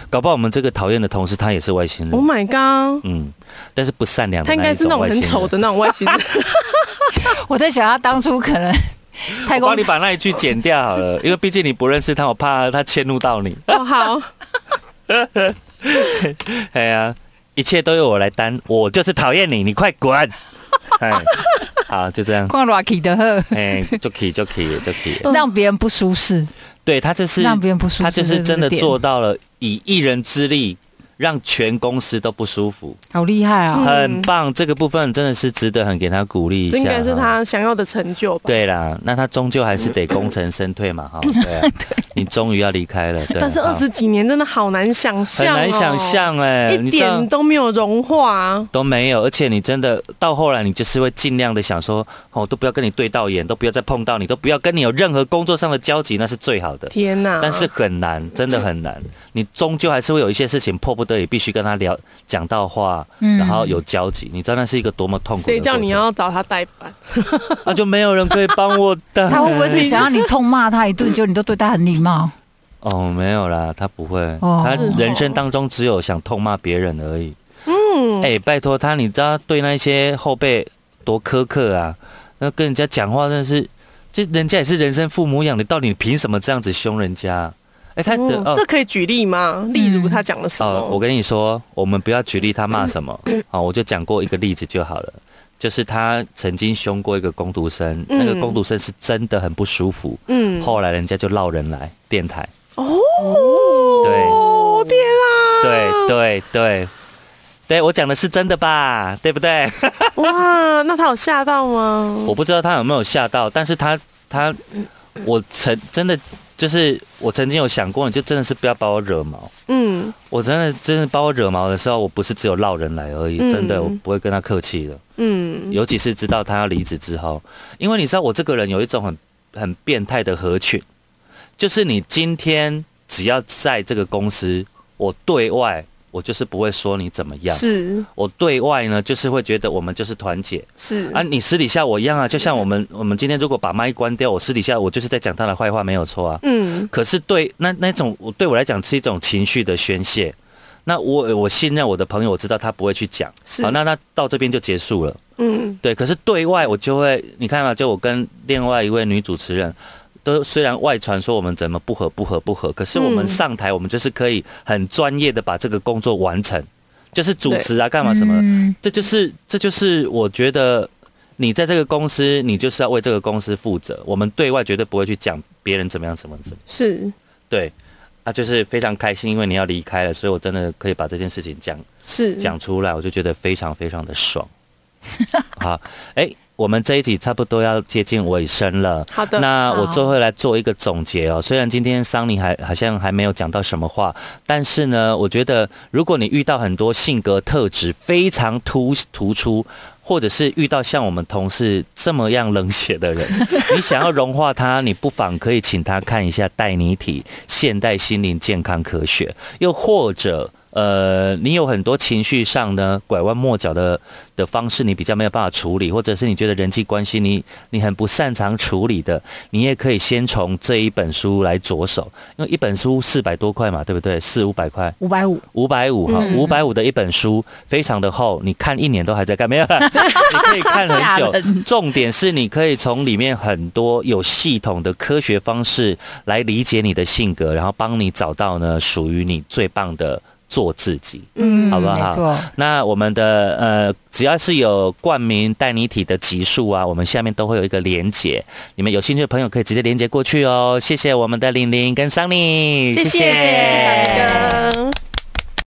Speaker 2: 搞不好我们这个讨厌的同事他也是外星人。
Speaker 3: Oh my god！
Speaker 2: 嗯，但是不善良的
Speaker 3: 他应
Speaker 2: 那
Speaker 3: 该
Speaker 2: 一
Speaker 3: 是那
Speaker 2: 种
Speaker 3: 种
Speaker 2: 外星
Speaker 3: 很
Speaker 2: 人。
Speaker 3: 丑的那种外星人，
Speaker 2: <laughs>
Speaker 5: 我在想他当初可能太
Speaker 2: 我
Speaker 5: 空
Speaker 2: 帮你把那一句剪掉好了，因为毕竟你不认识他，我怕他迁怒到你。
Speaker 3: 哦好，
Speaker 2: 哎呀，一切都由我来担，我就是讨厌你，你快滚！哎，好，就这样。
Speaker 5: 逛 Rocky 的呵，
Speaker 2: 哎，就可以，就可以，就可以。
Speaker 5: 让别人不舒适，
Speaker 2: 对他这嗯是，
Speaker 5: 让别人不舒适，
Speaker 2: 他就是真
Speaker 5: 这个
Speaker 2: 的
Speaker 5: 点
Speaker 2: 做到了以一人之力让全公司都不舒服，
Speaker 5: 好厉害啊！
Speaker 2: 很棒。这个部分真的是值得很给他鼓励一下。
Speaker 3: 这应该是他想要的成就吧。
Speaker 2: 对啦，那他终究还是得功成身退嘛，
Speaker 3: <laughs>
Speaker 2: 哈，对啊，你终于要离开了，对，
Speaker 3: 但是
Speaker 2: 好
Speaker 3: 二十几年真的好难想象、
Speaker 2: 很
Speaker 3: 哦，
Speaker 2: 难想，象哎、你
Speaker 3: 一
Speaker 2: 知道
Speaker 3: 点都没有融化、啊。
Speaker 2: 都没有，而且你真的到后来，你就是会尽量的想说，哦，都不要跟你对到眼，都不要再碰到你，都不要跟你有任何工作上的交集，那是最好的。
Speaker 3: 天哪！
Speaker 2: 但是很难，真的很难，你终究还是会有一些事情迫不对，必须跟他聊讲到话，
Speaker 5: 嗯
Speaker 2: 然后有交集。你知道那是一个多么痛苦的过程？
Speaker 3: 谁叫你要找他代班？
Speaker 2: 那就没有人可以帮我
Speaker 5: <laughs>
Speaker 2: 的。
Speaker 5: 他会不会是想要你痛骂他一
Speaker 2: 嗯
Speaker 5: 顿，结果你都对他很礼貌？
Speaker 2: <laughs> 哦，没有啦，他不会，
Speaker 5: 哦
Speaker 2: 他
Speaker 5: 是哦
Speaker 2: 人生当中只有想痛骂别人而已。
Speaker 3: 嗯，
Speaker 2: 哎、拜托他，你知道他对那些后辈多苛刻啊？那跟人家讲话真的是，就人家也是人生父母养的，到底凭什么这样子凶人家？哎、他的、
Speaker 3: 嗯
Speaker 2: 哦嗯
Speaker 3: 这可以举例吗？例如他讲了什
Speaker 2: 哦，我
Speaker 3: 么？
Speaker 2: 跟你说，我们不要举例他骂
Speaker 5: <coughs>
Speaker 2: 什么，好、我就讲过一个例子就好了。就是他曾经凶过一个工读生，那个
Speaker 3: 嗯
Speaker 2: 工读生是真的很不舒服，
Speaker 3: 嗯，
Speaker 2: 后来人家就闹人来电台，
Speaker 3: 哦，
Speaker 2: 对
Speaker 3: 天啊，
Speaker 2: <laughs> 对对对，对我讲的是真的吧？对不对？
Speaker 3: 哇，那他有吓到吗？
Speaker 2: <laughs> 我不知道他有没有吓到，但是他他，我曾真的就是我曾经有想过，你就真的是不要把我惹毛。
Speaker 3: 嗯
Speaker 2: 我真的真的把我惹毛的时候，我不是只有闹人来而已，
Speaker 3: 嗯
Speaker 2: 真的我不会跟他客气的。
Speaker 3: 嗯，
Speaker 2: 尤其是知道他要离职之后，因为你知道我这个人有一种很很变态的合群，就是你今天只要在这个公司，我对外我就是不会说你怎么样，
Speaker 3: 是
Speaker 2: 我对外呢就是会觉得我们就是团结
Speaker 3: 是
Speaker 2: 啊，你私底下我一样啊，就像我们
Speaker 3: 嗯
Speaker 2: 我们今天如果把麦关掉，我私底下我就是在讲他的坏话，没有错啊。
Speaker 3: 嗯
Speaker 2: 可是对那那种我对我来讲是一种情绪的宣泄。那我我信任我的朋友，我知道他不会去讲，
Speaker 3: 是
Speaker 2: 好，那那到这边就结束了。
Speaker 3: 嗯
Speaker 2: 对，可是对外我就会，你看啊嘛，就我跟另外一位女主持人，都虽然外传说我们怎么不合不合不合，可是我们
Speaker 3: 嗯
Speaker 2: 上台，我们就是可以很专业的把这个工作完成，就是主持啊，干嘛什么的，
Speaker 5: 嗯
Speaker 2: 这就是这就是我觉得你在这个公司，你就是要为这个公司负责，我们对外绝对不会去讲别人怎么样怎么样怎么样，
Speaker 3: 是
Speaker 2: 对。啊，就是非常开心，因为你要离开了，所以我真的可以把这件事情讲
Speaker 3: 是
Speaker 2: 讲出来，我就觉得非常非常的爽。好，哎、我们这一集差不多要接近尾声了。
Speaker 3: 好的
Speaker 2: 那我
Speaker 5: 好
Speaker 2: 最后来做一个总结哦。虽然今天桑尼还好像还没有讲到什么话，但是呢，我觉得如果你遇到很多性格特质非常突突出，或者是遇到像我们同事这么样冷血的人， <laughs> 你想要融化他，你不妨可以请他看一下戴尼体现代心灵健康科学，又或者。呃，你有很多情绪上呢拐弯抹角的的方式，你比较没有办法处理，或者是你觉得人际关系你你很不擅长处理的，你也可以先从这一本书来着手，因为一本书四百多块嘛，对不对？四五百块，
Speaker 5: 五百五，
Speaker 2: 五百五哈，
Speaker 3: 嗯
Speaker 2: 五百五的一本书，非常的厚，你看一年都还在看，没有
Speaker 5: <laughs>
Speaker 2: 啦，你可以看很
Speaker 5: 吓
Speaker 2: 久。
Speaker 5: 人
Speaker 2: 重点是你可以从里面很多有系统的科学方式来理解你的性格，然后帮你找到呢属于你最棒的做自己。
Speaker 3: 嗯
Speaker 2: 好不好
Speaker 5: 没错，
Speaker 2: 那我们的呃，只要是有冠名带你体的集数啊，我们下面都会有一个连结，你们有兴趣的朋友可以直接连接过去哦。谢谢我们的玲玲跟桑尼，
Speaker 3: 谢谢谢谢小林哥。